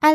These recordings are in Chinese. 艾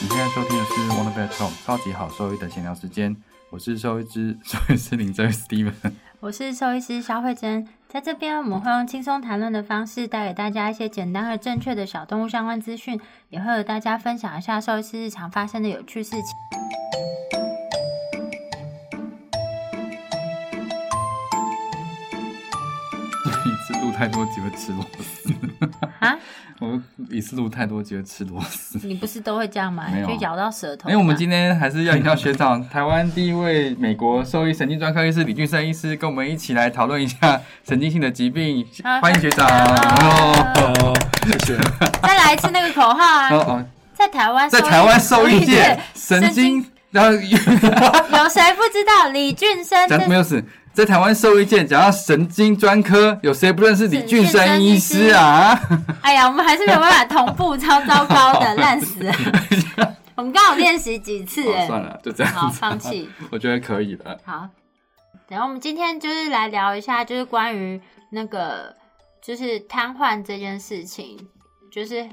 你现在收听的是 One Vet Home 超级好兽医的闲聊时间，我是兽医之兽医师 林哲 Steven。我是兽医师肖慧珍，在这边我们会用轻松谈论的方式带给大家一些简单和正确的小动物相关资讯，也会和大家分享一下兽医师日常发生的有趣事情。 一次录太多集会吃螺丝，啊， 我一次录太多集会吃螺丝。你不是都会这样吗？没有啊就咬到舌头因吗。为我们今天还是要请到学长，台湾第一位美国兽医神经专科医师李俊生医师，跟我们一起来讨论一下神经性的疾病。啊欢迎学长。 Hello 哦谢谢。再来一次那个口号 哦啊，哦，在台湾，在台湾兽医界，神经，然后 有谁不知道李俊生？咱没有死。在台湾兽医界，讲到神经专科，有谁不认识李俊生医师啊？哎呀，我们还是没有办法同步，超糟糕 的，烂死了。我们刚好练习几次，哦哎， 算了，就这样子。 好，放弃。我觉得可以了。好，然后我们今天就是来聊一下，就是关于那个就是瘫痪这件事情，就是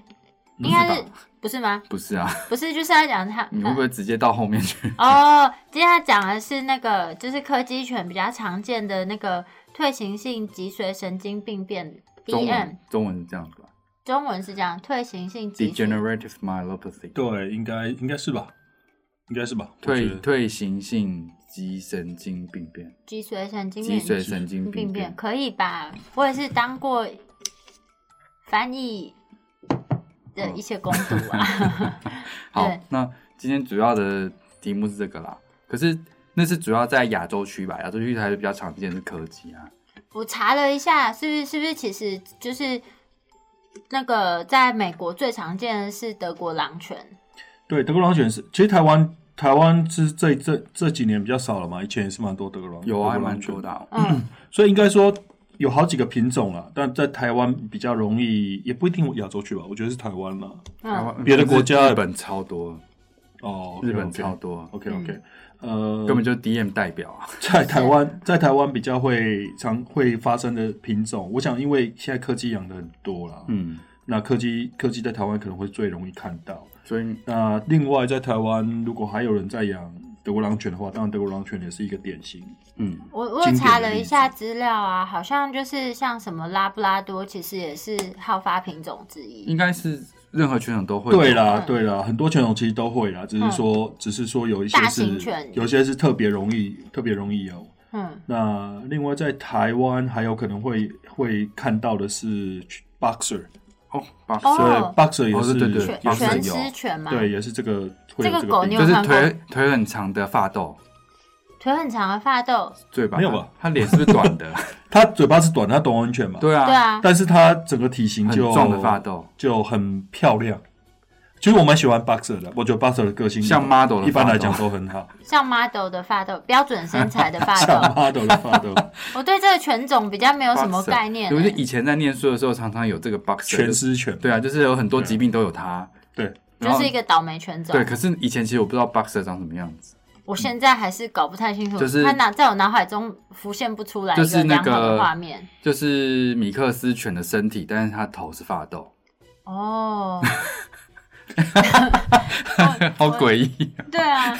应该不是是吧不是吗？不是啊，不是，就是要讲他。你会不会直接到后面去？ 哦，今天他讲的是那个，就是柯基犬比较常见的那个退行性脊髓神经病变中 （DM），文中文是这样子吧中文是这样，退行性脊髓。 ？Degenerative myelopathy。对，应该应该是吧，应该是吧。我退觉得退行性脊神经病变，脊髓神经脊病髓神经病病变变。可以吧？我也是当过翻译的一些攻读 啊。好对，那今天主要的题目是这个啦。可是那是主要在亚洲区吧？亚洲区还是比较常见的是科技啊。我查了一下，是不是是不是其实就是那个在美国最常见的是德国狼犬，对，德国狼犬是，其实台湾台湾是这这这几年比较少了嘛，以前也是蛮多德国狼，有啊，德还国狼蛮犬多的、啊。嗯，所以应该说有好几个品种啦，但在台湾比较容易，也不一定亚洲区吧，我觉得是台湾啦。台嗯，湾别的国家日本超多，哦，日本超多， OK OK，呃，根本就 DM 代表啊。在台湾，在台湾比较会常会发生的品种，我想因为现在柯基养的很多啦，嗯，那柯基柯基在台湾可能会最容易看到。所以那呃另外，在台湾如果还有人在养德国狼犬的话，当然德国狼犬也是一个典型。嗯，我我有查了一下资料啊，好像就是像什么拉布拉多，其实也是好发品种之一。应该是任何犬种都会。对，啦，嗯对啦，很多犬种其实都会啦，只是说，只是说有一些大是型犬，有些是特别容易，特别容易有。嗯，那另外在台湾还有可能会会看到的是 boxer，哦，把哦所以 boxer 也哦是、对对对犬 boxer 嗯全有狮犬嘛，对，也是这个会这有个这狗个病你有就是看过腿腿很长的发豆，腿很长的发豆，对吧？没有吧？它脸是不是短的？它嘴巴是短，它短吻犬嘛，对 啊，对，啊，但是它整个体型很就壮的发豆。就很漂亮。其实我蛮喜欢 boxer 的，我觉得 boxer 的个性像 model 的嗯一般来 model 讲都很好，像 model 的发豆，标准身材的 发像豆， model 的 model 我对这个犬种比较没有什么 Boxer 概念、我就欸。以前在念书的时候，常常有这个 boxer，全就是狮犬，对啊，就是有很多疾病都有它。嗯对，就然后是一个倒霉犬种对，，可是以前其实我不知道 boxer 长什么样子，我现在还是搞不太清楚，就是它脑在我脑海中浮现不出来就一是那良个好的画面。就是米克斯犬的身体，但是它头是发豆，哦， 好诡异，对啊，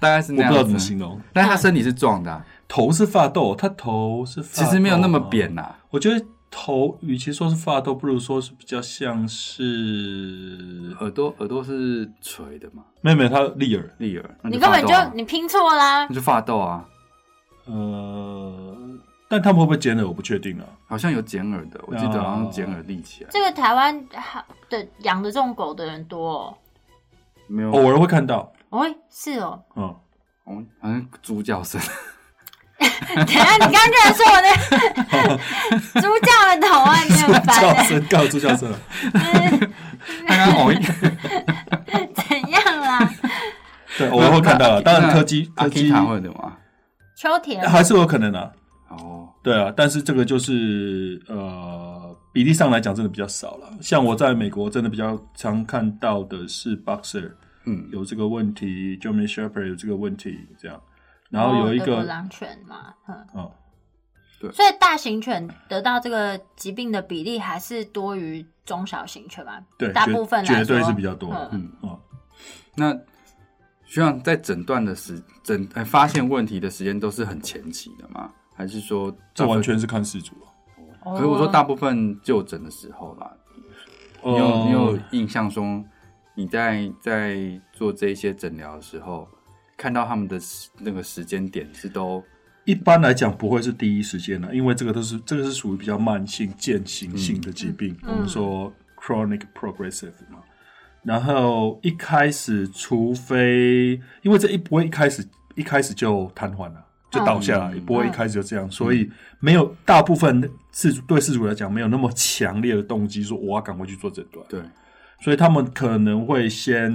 大概是我不那知道怎样么子。形容。嗯但是它身体是壮的啊、头是发豆，它头是发其实没有那么扁啊呐、呐、我觉得头与其说是发豆，不如说是比较像是呃耳朵耳朵是垂的嘛，妹妹她立耳，立耳，那你根发本豆就啊你拼错啦那。就发豆啊，呃，但他们会不会剪耳我不确定啊。好像有剪耳的，我记哦得好像剪耳立起来，这个台湾的养的这种狗的人多哦，没有，偶尔会看到，哦，是哦。 嗯，哦好像猪叫声，等一下，你刚刚居然说我的 猪叫的头啊，你很叫烦、欸。 声，告诉叫声，刚刚偶一怎样啊啦？对，偶尔哦会看到啊了。当然柯基，阿柯基基塔会的嘛？秋田还是有可能啊。哦，对啊，但是这个就是呃，比例上来讲真的比较少了。像我在美国真的比较常看到的是 boxer 嗯，有这个问题，German Shepherd 有这个问题，这样。然后有一哦德国个，狼犬嘛，嗯，哦，所以大型犬得到这个疾病的比例还是多于中小型犬嘛？对，大绝部分来绝对说是比较多的。嗯嗯哦，那学长在诊断的时诊、呃发现问题的时间都是很前期的吗？还是说这大部完分？全是看啊事主了。哦可是我说大部分就诊的时候啦，你有哦你呃有印象说你在在做这些诊疗的时候，看到他们的时那个时间点是都一般来讲不会是第一时间的，因为这个都是这个是属于比较慢性渐行性的疾病，嗯我们说 chronic progressive 嘛。然后一开始，除非因为这一不会一开始一开始就瘫痪了，就倒下来，嗯也不会一开始就这样，所以没有大部分事主对事主来讲没有那么强烈的动机说我要赶快去做诊断，对所以他们可能会先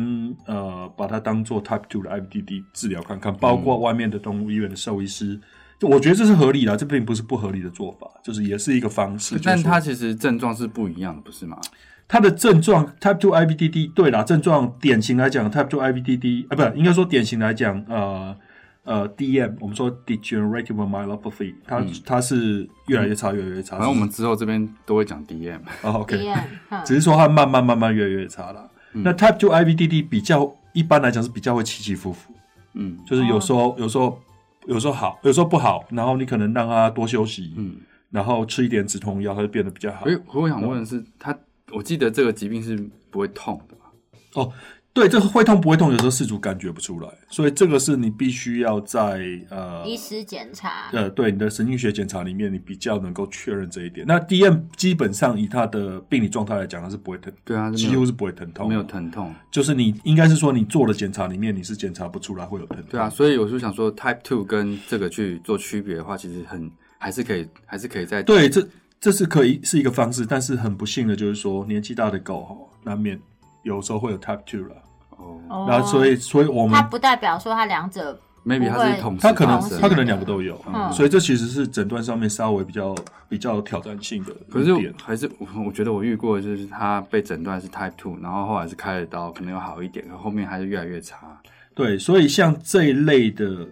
呃把它当做 Type Two 的 IBDD 治疗看嗯看，包括外面的动物医院的兽医师，就我觉得这是合理的，这并不是不合理的做法，就是也是一个方式。就是但说它其实症状是不一样的，不是吗？它的症状 Type Two IBDD 对啦，症状典型来讲 Type Two IBDD 啊，不应该说典型来讲呃。呃，DM 我们说 degenerative myelopathy，它、它是越来越差，越来越嗯差。反正我们之后这边都会讲 DM，哦，OK，体验，嗯只是说它慢慢慢慢越来越差了。嗯那 Type Two IBDD 比较一般来讲是比较会起起伏伏，嗯就是有时候、有时候有时候好，有时候不好，然后你可能让它多休息，嗯。然后吃一点止痛药，它就变得比较好所。以我想问的是，它我记得这个疾病是不会痛的嘛？哦，对，这个会痛不会痛，有时候事主感觉不出来，所以这个是你必须要在呃医师检查，呃，对你的神经学检查里面，你比较能够确认这一点。那 DM 基本上以它的病理状态来讲，它是不会疼，对啊，是没几有乎是不会疼痛，没有疼痛。就是你应该是说你做的检查里面，你是检查不出来会有疼痛。对啊，，所以我就想说，Type Two 跟这个去做区别的话，其实很还是可以，还是可以在对，这这是可以是一个方式，但是很不幸的就是说，年纪大的狗哈，难免有时候会有 Type Two 了。哦哦然后所以所以我它们不代表说它两者，maybe 不它会是同时它可能发生它可能两个都有，嗯所以这其实是诊断上面稍微比较比较有挑战性的可一是点。还是 我我觉得我遇过，就是他被诊断是 Type Two，然后后来是开了刀，可能有好一点，可后面还是越来越差。对，所以像这一类的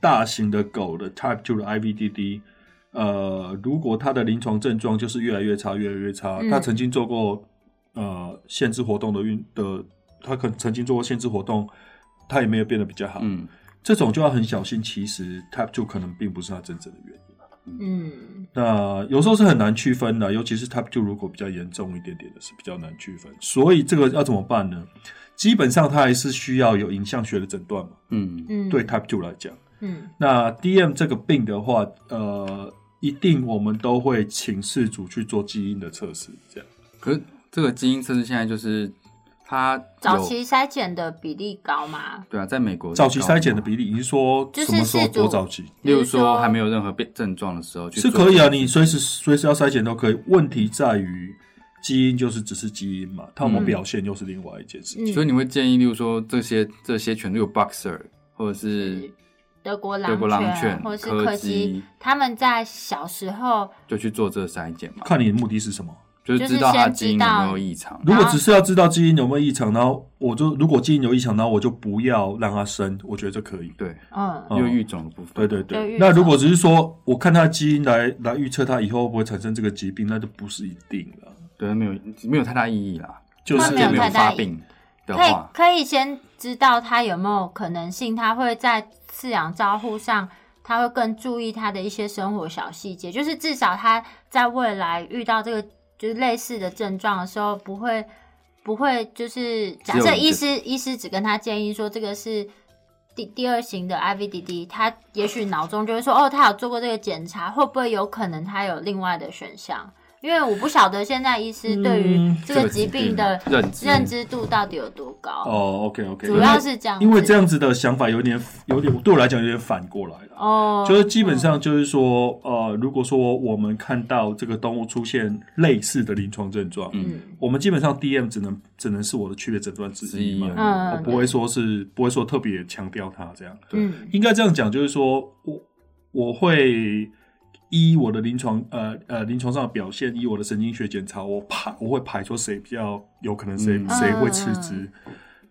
大型的狗的 Type Two 的 IVDD，呃，如果它的临床症状就是越来越差，越来越差，嗯它曾经做过呃限制活动的运的，它可曾经做过限制活动，它也没有变得比较好。嗯，这种就要很小心，其实 Type Two 可能并不是它真正的原因。嗯那有时候是很难区分的，尤其是 Type Two 如果比较严重一点点的是比较难区分，所以这个要怎么办呢？基本上它还是需要有影像学的诊断嘛，嗯，嗯对 Type Two 来讲。嗯那 DM 这个病的话，呃，一定我们都会请事主去做基因的测试，这样。可是这个基因测试现在就是它早有期筛检的比例高吗？对啊，在美国是早期高的筛检的嘛，比例，你是说就是什么时候事主多早期？例如比如说说还没有任何变症状的时候去是做可以啊，这个你随时随时要筛检都可以。问题在于基因就是只是基因嘛，它有没有嗯表现又是另外一件事情。嗯，所以你会建议，例如说这些这些犬，例如 boxer 或者是德国德国狼犬犬或是柯柯基基，他们在小时候就去做这个筛检嘛，看你的目的是什么。就是就是知道它先基因知有道没有异嗯常。如果只是要知道基因有没有异常，然后我就如果基因有异常，然后我就不要让它生，我觉得这可以。对，嗯哦又育种的部分。对对有对，预那如兆果只是说我看它的基因来来预测它以后会不会产生这个疾病，那就不是一定了。对，没有没有太大意义啦，就那是没有没有太大发意义病的可以话，可以先知道它有没有可能性，它会在饲养照护上，它会更注意它的一些生活小细节，就是至少它在未来遇到这个就是类似的症状的时候，不会不会就是假只有设一医个师医师只跟他建议说这个是。第第二型的 IVDD，他也许脑中就会说，哦，他有做过这个检查，会不会有可能他有另外的选项？因为我不晓得现在医师对于嗯这个疾病的认知，认知度到底有多高。哦，OK OK，主要是这样子因为这样子的想法有点有点对我来讲有点反过来了。哦，就是基本上就是说，呃，如果说我们看到这个动物出现类似的临床症状，嗯我们基本上 DM 只能只能是我的区别诊断之一之一嘛，嗯，我不会说是不会说特别强调它这样。对嗯应该这样讲，就是说我我会依我的临床呃呃临床上的表现，依我的神经学检查，我排我会排出谁比较有可能谁、嗯谁会吃之。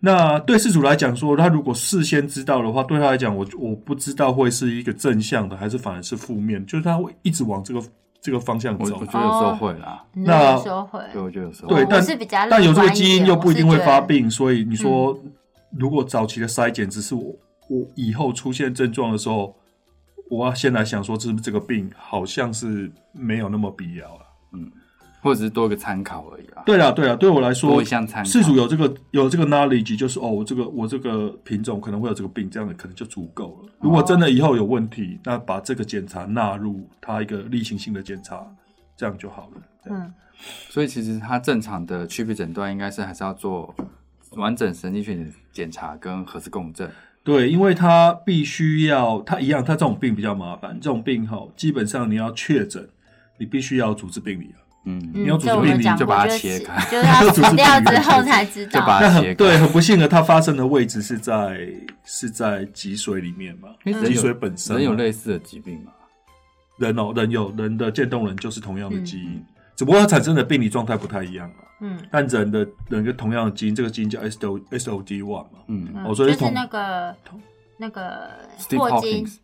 那对事主来讲说，他如果事先知道的话，对他来讲，我我不知道会是一个正向的，还是反而是负面，就是他会一直往这个这个方向我走我。觉得有时候会啦，你那那时候会，嗯对，我觉得有时候对哦我会但是比较乐观但一有点，这个基因又不一定会发我是觉嗯病，所以你说如果早期的筛检只是我我以后出现症状的时候，我要先来想说是不是这个病好像是没有那么必要了。或者是多一个参考而已啦。对啦，对啦，对我来多说一，项参考，事主有这个有这个 knowledge，就是哦，我这个我这个品种可能会有这个病，这样的可能就足够哦了。如果真的以后有问题，那把这个检查纳入他一个例行性的检查，这样就好了。得嗯所以其实它正常的区别诊断应该是还是要做完整神经学检查跟核磁共振。对，因为它必须要，它一样，它这种病比较麻烦。这种病哈，基本上你要确诊，你必须要有组织病理了。嗯，嗯，有组织这我病们例讲就过把它是切死开就是 要死掉之后才知就道。把那它很切开。对，很不幸的，它发生的位置是在是在脊髓里面嘛，因为脊人髓有本身嘛人有类似的疾病嘛？人哦，人有人的渐冻人就是同样的嗯基因，只不过它产生的病理状态不太一样嘛。啊嗯但人的人跟同样的基因，这个基因叫 S O S O D one 嘛。嗯嗯，哦所就以是是同那个那个 Steve 霍金 Hawkins，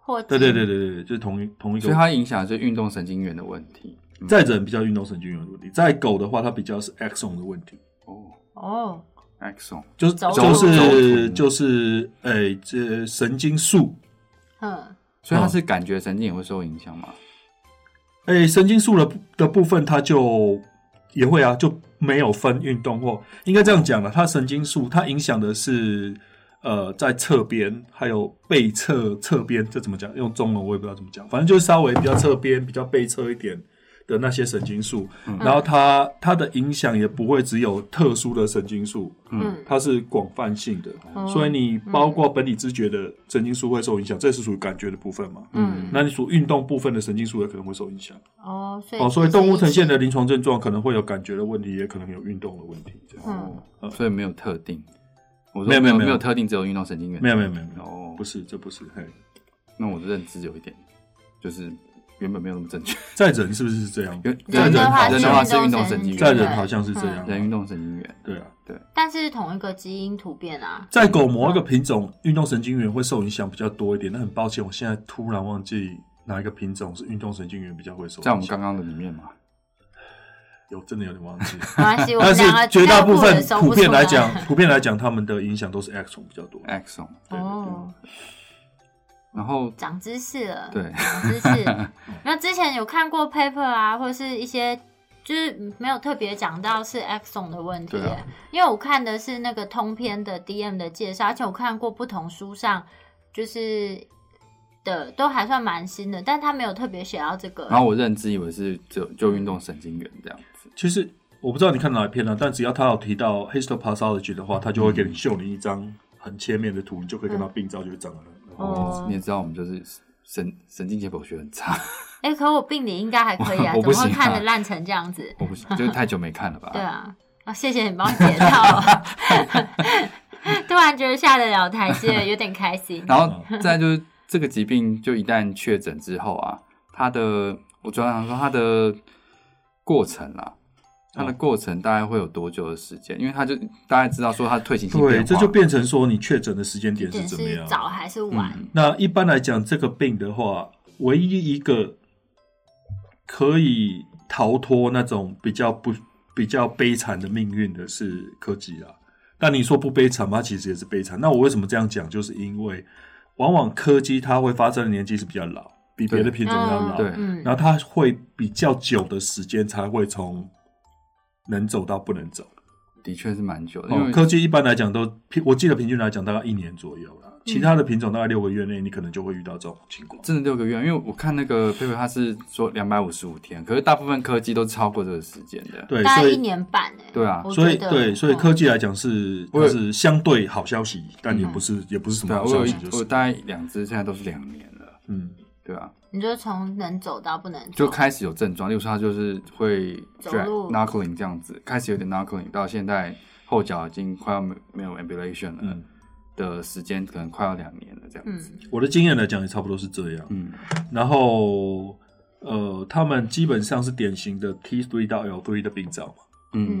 霍金，对对对对对对，就是同一同一个所以它影响的是运动神经元的问题。嗯在人比较运动神经元的问题，在狗的话，它比较是 exon 的问题。哦哦， ，axon，就是轴就轴是突就是诶，这神经素，嗯所以它是感觉神经也会受影响嘛？诶，哎神经素的的部分，它就也会啊，就没有分运动或应该这样讲了，它神经素它影响的是呃在侧边还有背侧侧边，这怎么讲？用中文我也不知道怎么讲，反正就是稍微比较侧边、比较背侧一点。的那些神经素，然后它它的影响也不会只有特殊的神经素，嗯它是广泛性的，哦所以你包括本体知觉的神经素会受影响，这是属于感觉的部分嘛？嗯，那你属运动部分的神经素也可能会受影响。哦，所以哦，所以其实动物呈现一的临床症状可能会有感觉的问题，也可能有运动的问题。这样嗯哦，所以没有特定。我说没有没有没没有有特定，只有运动神经元。没有没有没有没有，哦不，是这不是。嘿，那我的认知有一点，就是原本没有那么正 确。在人是不是这样？人在人好人人的的话话是是运运动动神神经元经元，在人好像是这嗯样。人运动神经元。对啊，但是同一个基因突变 啊，在狗某一个品种，运动神经元会受影响比较多一点。那很抱歉，我现在突然忘记哪一个品种是运动神经元比较会受影响。在我们刚刚的里面嘛，有真的有点忘记。没关系，我但们是两个绝大内部部分人搜不普遍出来讲，普遍来讲，他们的影响都是 X 比较多。 axon，对对对哦，然后长知识了，对， 长知识。那之前有看过 paper 啊，或者是一些就是没有特别讲到是 exon 的问题耶、对啊因为我看的是那个通篇的 DM 的介绍，而且我看过不同书上就是的都还算蛮新的，但他没有特别写到这个。然后我认知以为是就就运动神经元这样子，其实我不知道你看哪一篇了、但只要他有提到 histopathology 的话，他就会给你秀你一张很切面的图，你就可以看嗯到病灶就会长了。哦你也知道我们就是神神经解剖学很差，哎、可我病理应该还可以啊， 怎我么不会行啊看的烂成这样 子？我不行，就是太久没看了吧？对啊，啊，谢谢你帮我解套，哦 突然觉得下得了台阶，有点开 心。然后嗯再就是这个疾病，就一旦确诊之后啊，它的我主要想说它的过程啊，它哦的过程大概会有多久的时间？因为它就大概知道说它的退行性变对，化，这就变成说你确诊的时间一点是点怎么是样？早还是晚？嗯那一般来讲，这个病的话，唯一一个可以逃脱那种比较不比较悲惨的命运的是科技啦。但你说不悲惨吗？它其实也是悲惨。那我为什么这样讲？就是因为往往柯基它会发生的年纪是比较老，比别的品种要老，对嗯，然后它会比较久的时间才会从能走到不能走。的确是蛮久的，因哦为、科技一般来讲都，平我记得平均来讲大概一年左右啦，嗯其他的品种大概六个月内你可能就会遇到这种情况。真的六个月，因为我看那个佩佩他是说两百五十五天，可是大部分科技都超过这个时间的。对，大概所一以年半哎、对啊我所以觉得对，所以嗯科技来讲是我有它是相对好消息，但嗯也不是也不是什么对啊，好我消有息一，就我是大概两只，现在都是两年了，嗯，对啊，你就从能走到不能走，就开始有症状，例如说他就是会走 drag 路 knuckling 这样子，开始有点 knuckling，到现在后脚已经快要没没有 ambulation 了、嗯的时间，可能快要两年了这样子。嗯我的经验来讲也差不多是这样。嗯然后呃，他们基本上是典型的 T three 到 L three 的病灶嘛，嗯，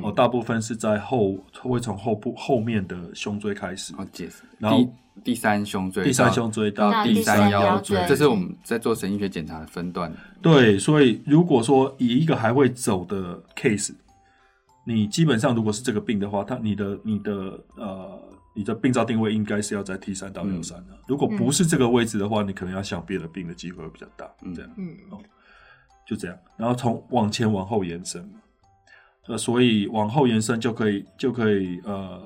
嗯哦，大部分是在后会从后部后面的胸椎开始，好解释。然后第第三胸椎，第三胸椎到到第第三三腰腰椎，椎这是我们在做神医学检查的分段。对，所以如果说以一个还会走的 case，你基本上如果是这个病的话，它你的你的呃你的病灶定位应该是要在 T 三到 L 三嗯的。如果不是这个位置的话，你可能要想别的病的机会会比较大。嗯这样嗯就这样，然后从往前往后延伸嘛，呃，所以往后延伸就可以就可以呃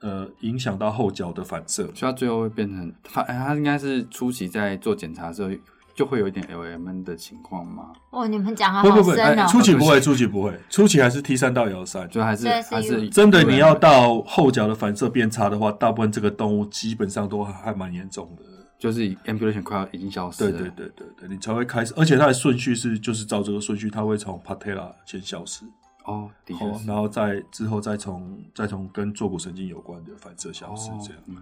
呃影响到后脚的反射。所以他最后会变成他，他应该是初期在做检查的时候就会有一点 LMN 的情况吗？哦，你们讲话不好不不，哎深哦、初期不会，初期不会，初期还是 T 三到 L 三。就还是对还是是有真的，你要到后脚的反射变差的话，大部分这个动物基本上都还还蛮严重的。就是 ambulation 快要已经消失对了。对对对对，你才会开始，而且它的顺序是就是照这个顺序，它会从 patella 先消失，哦，的确哦，是然后再之后再从再从跟坐骨神经有关的反射消失这样，嗯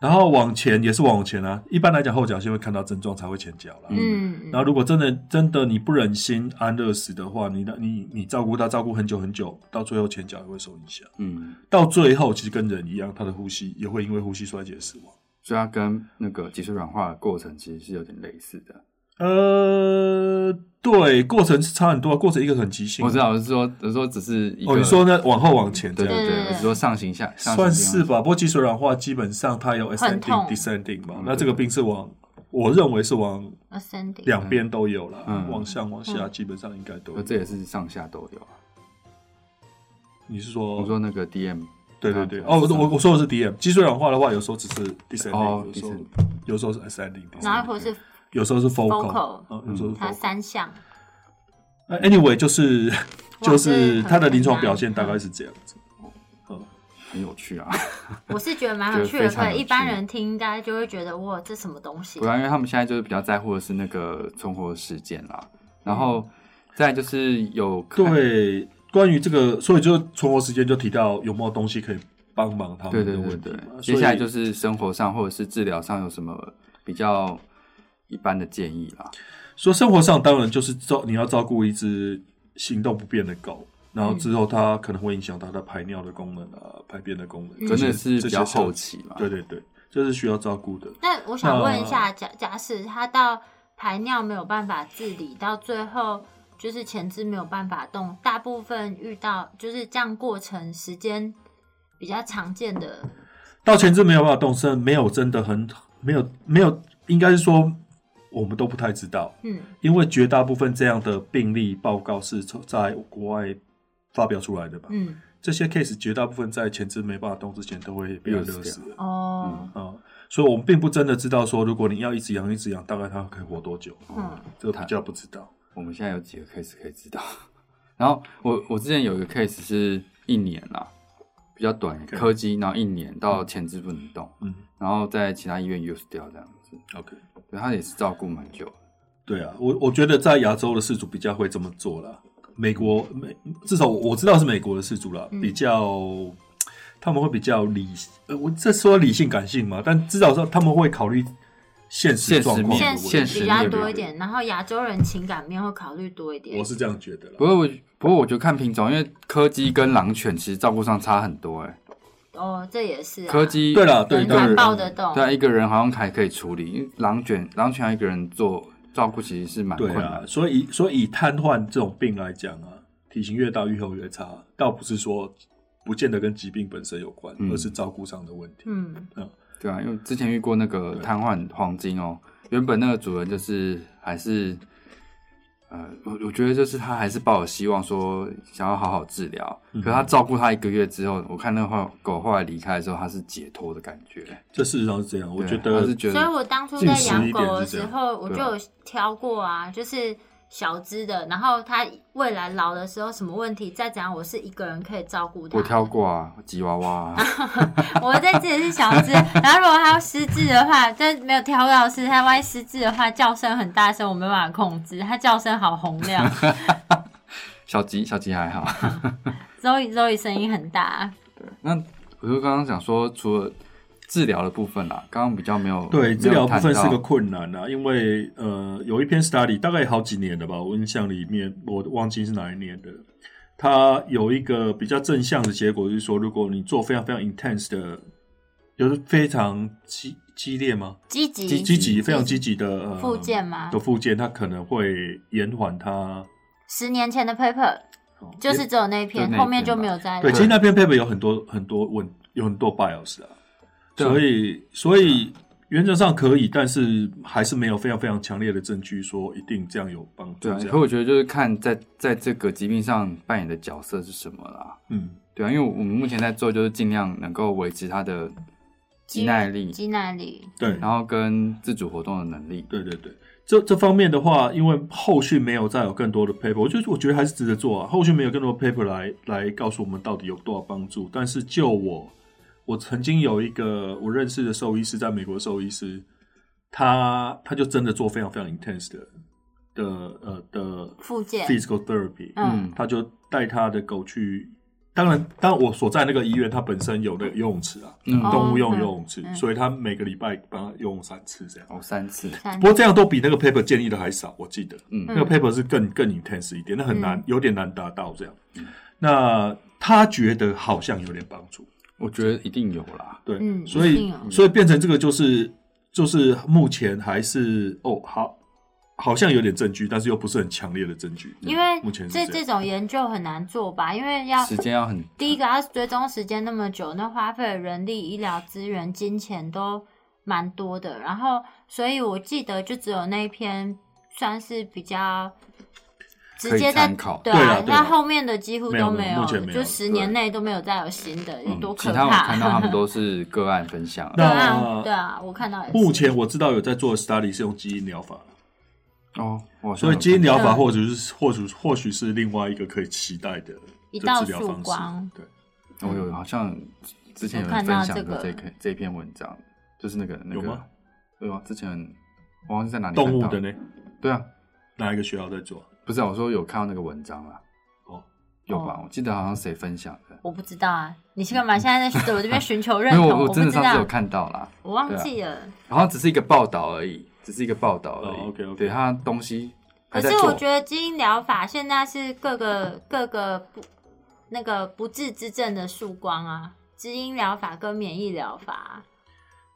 然后往前也是往前啊。一般来讲，后脚先会看到症状才会前脚啦。嗯，然后，如果真的真的你不忍心安乐死的话，你的你你照顾它照顾很久很久，到最后前脚也会受影响。嗯，到最后，其实跟人一样，他的呼吸也会因为呼吸衰竭死亡。所以它跟那个脊髓软化的过程其实是有点类似的。呃，对，过程是差很多，啊过程一个很急性，我知。道，我是说，我是说只是一个哦，你说呢？往后往前这对样，对对，嗯我是说上行下上算行下是吧。不过脊髓软化基本上它有很 ascending 痛 descending 嘛嗯，那这个病是往，我认为是往要 s e n d i 两边都有啦，嗯往上往下嗯基本上应该都呃有。这也是上下都有啊。你是说？我说啊那个 DM，对对对。它哦，我我我说的是 DM 脊髓软化的话，有时候只是哦 descending，有时 descending 候有时候是 ascending，然 descending 后或是有时候是 focal， focal，嗯有时候是它 focal。三项，呃 anyway，就是 哇就这是很它的临床难表现大概是这样子。很有趣啊。 我是觉得蛮有趣的，觉得非常可有趣能一般人听应该就会觉得哇，这什么东西啊不？然，因为他们现在就是比较在乎的是那个存活时间啦，然后再就是有嗯看对，啊关于这个，所以就存活时间就提到有没有东西可以帮忙他对们对的对问题对嘛。，接下来就是是生活上或者是治疗上有什么比较一般的建议啦。说生活上当然就是照你要照顾一只行动不便的狗。然后嗯之后，它可能会影响到它排尿的功能啊、排便的功嗯能，真这的些是比较后。这些期嘛，对对对，这是需要照顾的。那我想问一嗯下，假假使他到排尿没有办法自理，到最后就是前肢没有办法动，大部分遇到就是这样过程时间比较常见的，到前置没有办法动身，没有真的很没有没有，应该是说我们都不太知道，嗯因为绝大部分这样的病例报告是从在国外发表出来的吧？嗯，这些 case 绝大部分在前肢没办法动之前都会被安乐热死死的哦，啊、所以我们并不真的知道说，如果你要一直养一直养，大概它可以活多久，啊嗯这个比较不知道。我们现在有几个 case 可以知道。然后我我之前有一个 case 是一年啦，比较短， Okay 柯基，然后一年到前肢不能动，嗯然后在其他医院 use 掉这样子， ，OK，对他也是照顾蛮久的。对啊，我我觉得在亚洲的事主比较会这么做啦。美国美至少我知道是美国的事主啦，嗯比较他们会比较理，呃，我这说理性感性嘛，但至少说他们会考虑现实状况的面现问题实嗯现实比较面多对一点，然后亚洲人情感面会考虑多一点我，是这样觉得啦。不过我不过我觉得看品种，因为柯基跟狼犬其实照顾上差很多哎、哦，这也是啊柯基对啦，对很当难然抱得动，对啊一个人好像还可以处理，因为狼犬狼犬要一个人做照顾其实是蛮对困啊难，的。所以以所以以瘫痪这种病来讲啊，体型越大愈后越差，倒不是说不见得跟疾病本身有关，嗯而是照顾上的问题。嗯，对啊，因为之前遇过那个对瘫痪黄金哦，原本那个主人就是还是呃，我我觉得就是他还是抱有希望，说想要好好治疗。嗯可他照顾他一个月之后，我看那后狗后来离开的时候，它是解脱的感觉。这事实上是这样，我对觉它是得觉所以得我当初近在视养一点狗的是时这样候，我就对啊有挑过啊，就是小只的，然后它未来老的时候什么问题，再怎样，我是一个人可以照顾它。我挑过啊，吉娃娃、啊，我这只也是小只，然后如果它要失智的话，但没有挑到是它万一失智的话，叫声很大声，我没办法控制，它叫声好洪亮 小吉小吉还好。 ，Zoe Zoe 声音很大，那我就刚刚讲说，除了治疗的部分啦，刚刚比较没有对治疗部分是没个有谈到困难啊，因为呃，有一篇 study 大概好几年了吧，我印象里面我忘记是哪一年的。它有一个比较正向的结果，就是说，如果你做非常非常 intense 的，就是非常激激烈吗？积积极积极嗯非常积极的呃复健吗的附件，它可能会延缓它。十年前的 paper 哦就是只有那一篇，就那一篇后面就没有再对，了其实那篇 paper 有很多很多问，有很多 bias 啊，对所以所以原则上可以，但是还是没有非常非常强烈的证据说一定这样有帮助。对啊这，可样，我觉得就是看在在这个疾病上扮演的角色是什么啦。嗯，对啊，因为我们目前在做就是尽量能够维持它的肌耐力，肌耐力，对然后跟自主活动的能力。对对对。这这方面的话，因为后续没有再有更多的 paper，我就我觉得还是值得做啊。后续没有更多的 paper 来来告诉我们到底有多少帮助。但是就我，我曾经有一个我认识的兽医师，在美国的兽医师，他他就真的做非常非常 intense 的的呃的复健 physical therapy，嗯他就带他的狗去。当然，当然我所在那个医院，它本身有那个游泳池啊，嗯动物嗯用游泳池，嗯所以他每个礼拜帮他游泳三次这样。哦，三次，三不过这样都比那个 paper 建议的还少，我记得。嗯那个 paper 是更更 intense 一点，那很难，嗯有点难达到这样。那他觉得好像有点帮助，我觉得一定有啦。对，嗯所一以定有所以变成这个就是就是目前还是哦好，好像有点证据，但是又不是很强烈的证据。因为目前是这这这样种研究很难做吧，因为要时间要很第一个要追踪时间那么久，那花费的人力、医疗资源、金钱都蛮多的。然后，所以我记得就只有那一篇算是比较直接可以在参考对对啊啦，对啦那后面的几乎没有都没有有目前了，没有就了十对年内都没有再有新的，有嗯多其可他我看到他怕！ 们都是个案分享对那啊，对啊，我看到也是目前我知道有在做的 study 是用基因疗法，哦，我好像所以有基因看到疗法对或者是或许或许是另外一个可以期待的一的道治疗曙方光式。对，我有好像之前有我看人到分享过这这个个这篇文章，就是那个那个有吗？对啊，之前我好像是在哪里动物看到的？呢，对啊，哪一个学校在做？不是啊、我说有看到那个文章啦，哦，有吧？我记得好像谁分享的，我不知道啊，你是干嗯嘛？现在在我这边寻求认 因为同，我我我真的不知上次道，有看到啦，我忘对啊记了。好像只是一个报道而已，只是一个报道而已。哦，OK，OK 对，它东西还可在是做。我觉得基因疗法现在是各个各个不那个不治之症的曙光啊，基因疗法跟免疫疗法啊，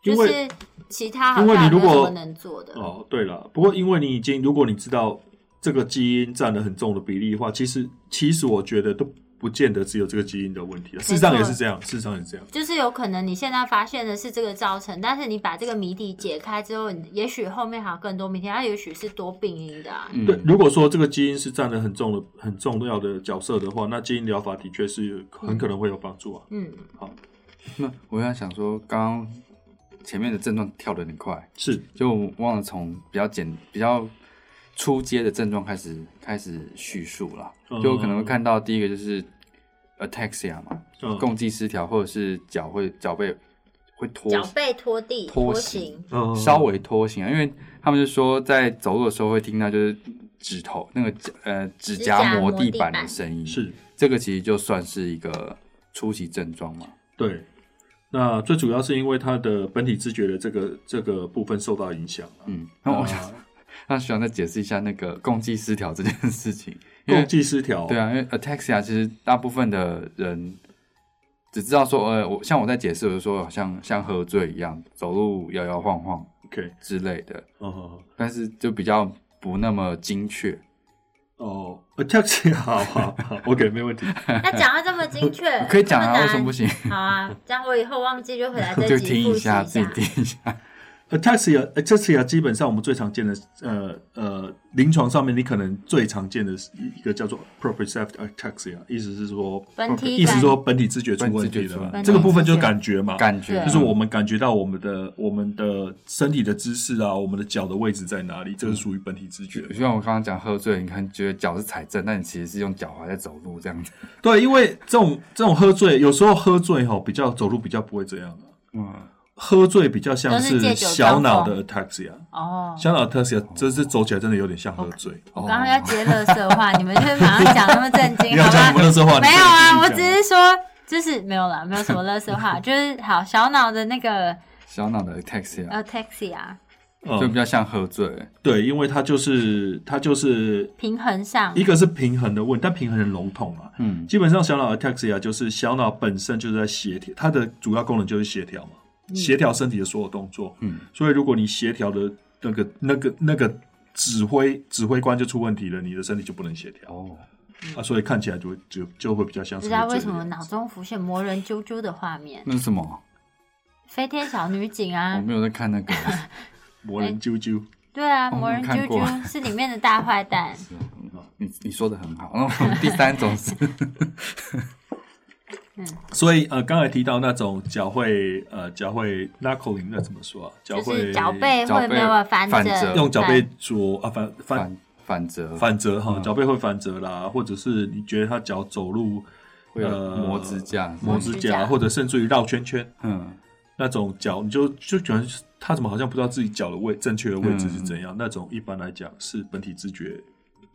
因就为是其他好因为像你也没如有什果么能做的。哦，对了，不过因为你已经，如果你知道这个基因占了很重的比例的话，其实其实我觉得都不见得只有这个基因的问题了。事实上也是这样，事实上也是这样。就是有可能你现在发现的是这个造成，但是你把这个谜底解开之后，你也许后面还有更多谜题，啊它也许是多病因的、啊。嗯对，如果说这个基因是占了很重的、很重要的角色的话，那基因疗法的确是很可能会有帮助啊。嗯，那我在想说，刚刚前面的症状跳的有点快，是，就我忘了从比较简、比较初阶的症状开始开始叙述啦。嗯就可能会看到第一个就是 ataxia 嘛，嗯共济失调，或者是脚会脚背会拖脚背拖地、拖拖行行，嗯稍微拖行啊，因为他们就说在走路的时候会听到就是指头那个指呃指指甲甲磨磨地地板板的声音，是这个其实就算是一个初期症状嘛。对。那最主要是因为它的本体知觉的这个这个部分受到影响啊嗯，那我想啊让徐阳再解释一下那个共济失调这件事情，因为共济失调，对啊，因为 ataxia 其实大部分的人只知道说，呃，我像我在解释，我就说好像像喝醉一样，走路摇摇晃晃，OK，之类的，嗯好。好但是就比较不那么精确。，哦，ataxia，好 好好，OK，没问题。那讲到这么精确 可以讲这啊，为什么不难行？好啊，这样我以后忘记就回来再就自己听复一习下，一自己听一下。呃 ataxia ataxia 基本上我们最常见的呃呃临床上面你可能最常见的是一个叫做 proprioceptive ataxia，意啊思是说本体感意思是说本体知觉出问本体题知觉了出问嘛，题这个部分就是感觉嘛，感觉哦对就是我们感觉到我们的我们的身体的姿势啊，我们的脚的位置在哪里，这是属于本体知觉。就像我刚刚讲喝醉，你看觉得脚是踩正，但你其实是用脚踝在走路这样子。对，因为这种这种喝醉，有时候喝醉吼比较走路比较不会这样、啊、嗯，喝醉比较像都是借酒小脑装的 ataxia，哦。 小脑 ataxia 这是走起来真的有点像喝醉。我刚刚要接乐色话，你们就马上讲那么震 你惊，要好讲吧什？么乐色话？你没有啊，我自只己讲是说，就是没有啦，没有什么乐色话，就是好小脑的那个小脑的 ataxia、呃 taxi 啊，嗯就比较像喝醉。对，因为它就是它就是平衡上一个是平衡的问题，但平衡很笼统啊。嗯，基本上小脑 ataxia 就是小脑本身就是在协调，它的主要功能就是协调嘛，嗯协调身体的所有动作。嗯，所以如果你协调的那个那个那个指挥指挥官就出问题了，你的身体就不能协调、哦，啊，所以看起来就会就就会比较像嗯不是知个道醉的为人。什么脑中浮现魔人啾啾的画面，那是什么？飞天小女警我啊，没有在看 那个。魔人啾啾。对啊，我魔人没有啾看过啾是里面的大坏蛋，你你说的很好。那我们 第三种 是，所以呃，刚才提到那种脚会呃脚会拉口令，那怎么说啊？脚就会是脚背脚会背没有翻反着折，用脚背左啊反反反反嗯折反折哈，脚背会反折啦，或者是你觉得他脚走路呃会有磨指甲，磨指指甲甲，或者甚至于绕圈圈嗯，那种脚，你就就觉得他怎么好像不知道自己脚的位正确的位置是嗯怎样？那种一般来讲是本体知觉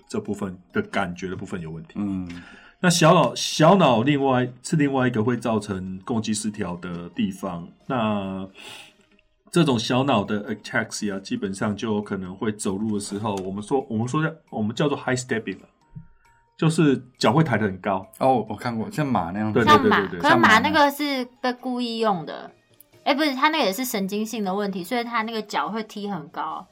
这部分的感觉的部分有问题。嗯那小脑小脑另外是另外一个会造成供给失调的地方。那这种小脑的 ataxia 基本上就有可能会走路的时候，我们说我们说叫我们叫做 high stepping 啊就是脚会抬得很高。哦，我看过，像马那样子，对像马，对对可是像马马那个是被故意用的，哎，不是，他那个也是神经性的问题，所以他那个脚会踢很高，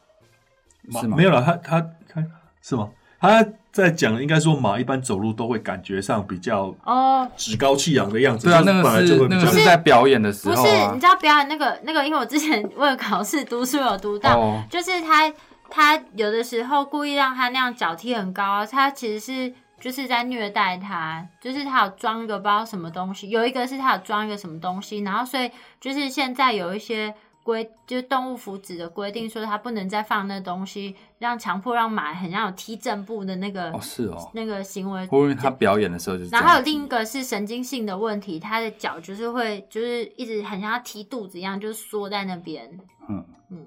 是吗？没有了，他他他是吗？他在讲应该说马一般走路都会感觉上比较哦，趾高气扬的样子，对啊，就是那本个来就是会那个比较是在表演的时不候是，哦啊你知，道表演那个那个，因为我之前为了考试读书有读到，哦就是他他有的时候故意让他那样脚踢很高，他其实是就是在虐待他，就是他有装一个不知道什么东西，有一个是他有装一个什么东西，然后所以就是现在有一些。规就是动物福祉的规定，说他不能再放那东西，让强迫让马很像有踢正步的那个、哦是哦，那个行为因为他表演的时候就是这然样后子，还有另一个是神经性的问题，他的脚就是会就是一直很像他踢肚子一样，就是缩在那边。嗯嗯，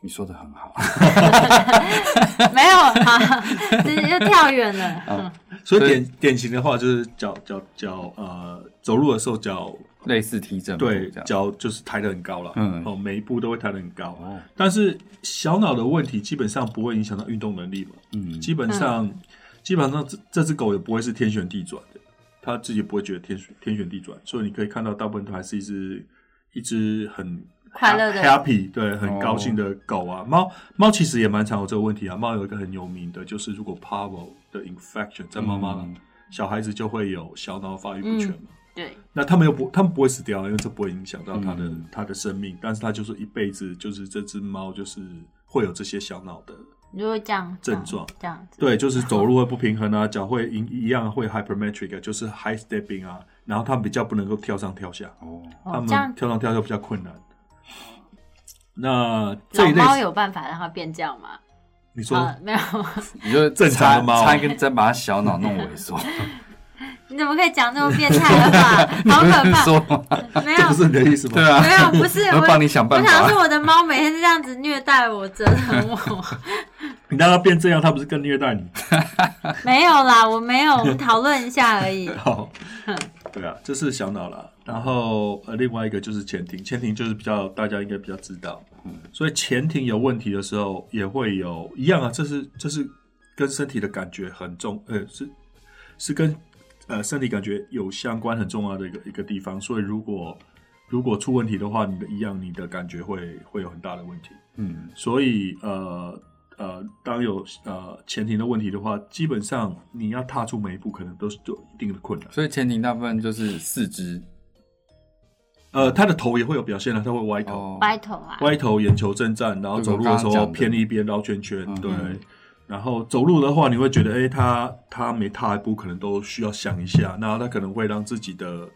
你说的很好， 没有啊， 直接就跳远了。嗯，所以所以典典型的话就是脚脚脚呃走路的时候脚类似提振步对这样，脚就是抬得很高了，嗯哦每一步都会抬得很高，哦但是小脑的问题基本上不会影响到运动能力嘛，嗯基本上、基本上这这只狗也不会是天旋地转的，它自己不会觉得天旋天旋地转，所以你可以看到大部分都还是一只一只很快乐的 happy 对很高兴哦的狗啊，猫猫其实也蛮常有这个问题啊，猫有一个很有名的就是如果 parvo 的 infection 在妈妈、嗯小孩子就会有小脑发育不全嘛。嗯对，那他们又不，他们不会死掉，因为这不会影响到他的、嗯他的生命，但是他就是一辈子，就是这只猫就是会有这些小脑的，如果这样症状这样子，对，就是走 路会不平衡啊，脚会一一样会 hypermetric，啊就是 high stepping 啊，然后他们比较不能够跳上跳下，哦，他哦，这们样跳上跳下比较困难。那这老一类猫有办法让它变这样吗？你说、啊，没有， 你就正常的猫插一根针把它小脑弄萎 缩，你怎么可以讲这么变态的话？ 好可 不是怕！说吗没这有不，是你的意思吗？对啊，没 有，不是我我会帮你想办我想是法，我的猫每天这样子虐待我、折腾 我。你让它变这样，它不是更虐待你？没有啦，我没有，我们讨论一下而 已。好，对啊，这是小脑啦。然后呃，另外一个就是前庭，前庭就是比较大家应该比较知道，所以前庭有问题的时候也会有一样啊，这是这是跟身体的感觉很重，呃，是是跟呃身体感觉有相关很重要的一个一个地方。所以如果如果出问题的话，你的一样你的感觉会会有很大的问题。嗯所以呃呃，当有呃前庭的问题的话，基本上你要踏出每一步，可能都是有一定的困难。所以前庭大部分就是四肢，呃，他的头也会有表现的，他会歪头，哦，歪头啊，歪头，眼球震颤，然后走路的这时个我刚刚讲的候偏一边绕圈圈嗯，对。然后走路的话，你会觉得，哎，他他每踏一步可能都需要想一下，那他可能会让自己的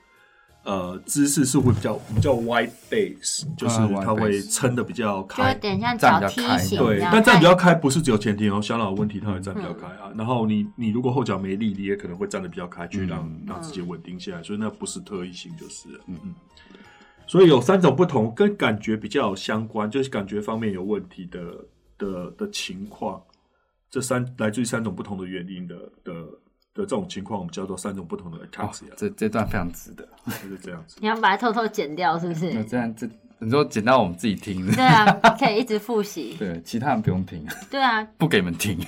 呃姿势是会比较比较 wide base，就是啊，wide 他会 base 撑的比较就会开，等一下站脚比较踢开醒这对。样，但站比较哎开不是只有前提哦，小脑问题他会站比较开啊。然后你你如果后脚没力，你也可能会站得比较开，去让让自己稳定下来，所以那不是特异性就是了。嗯嗯。所以有三种不同，跟感觉比较有相关，就是感觉方面有问题的的的情况，这三来自于三种不同的原因的的的这种情况，我们叫做三种不同的 ataxia，、这这段非常值得。就是这样子。你要把它偷偷剪掉，是不那嗯是？这样这你说剪到我们自己听，对啊，可以一直复习。 对，其他人不用听， 对啊，不给你们听。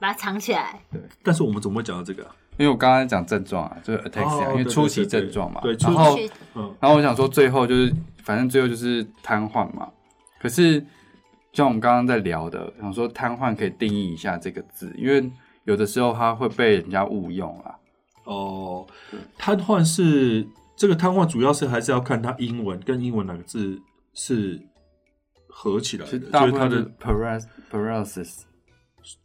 把它藏起来。但是我们怎么会讲到这个啊、因为我刚刚讲症状啊，就是 ataxia，、哦因为对初对期对症状嘛。对初然后期嗯然后我想说，最后就是反正最后就是瘫痪嘛。可是就像我们刚刚在聊的，想说瘫痪可以定义一下这个字，因为有的时候它会被人家误用啊啦。哦，瘫痪是这个瘫痪，主要是还是要看它英文跟英文哪个字是合起来其的，实大就是部它分是的 paras paralysis，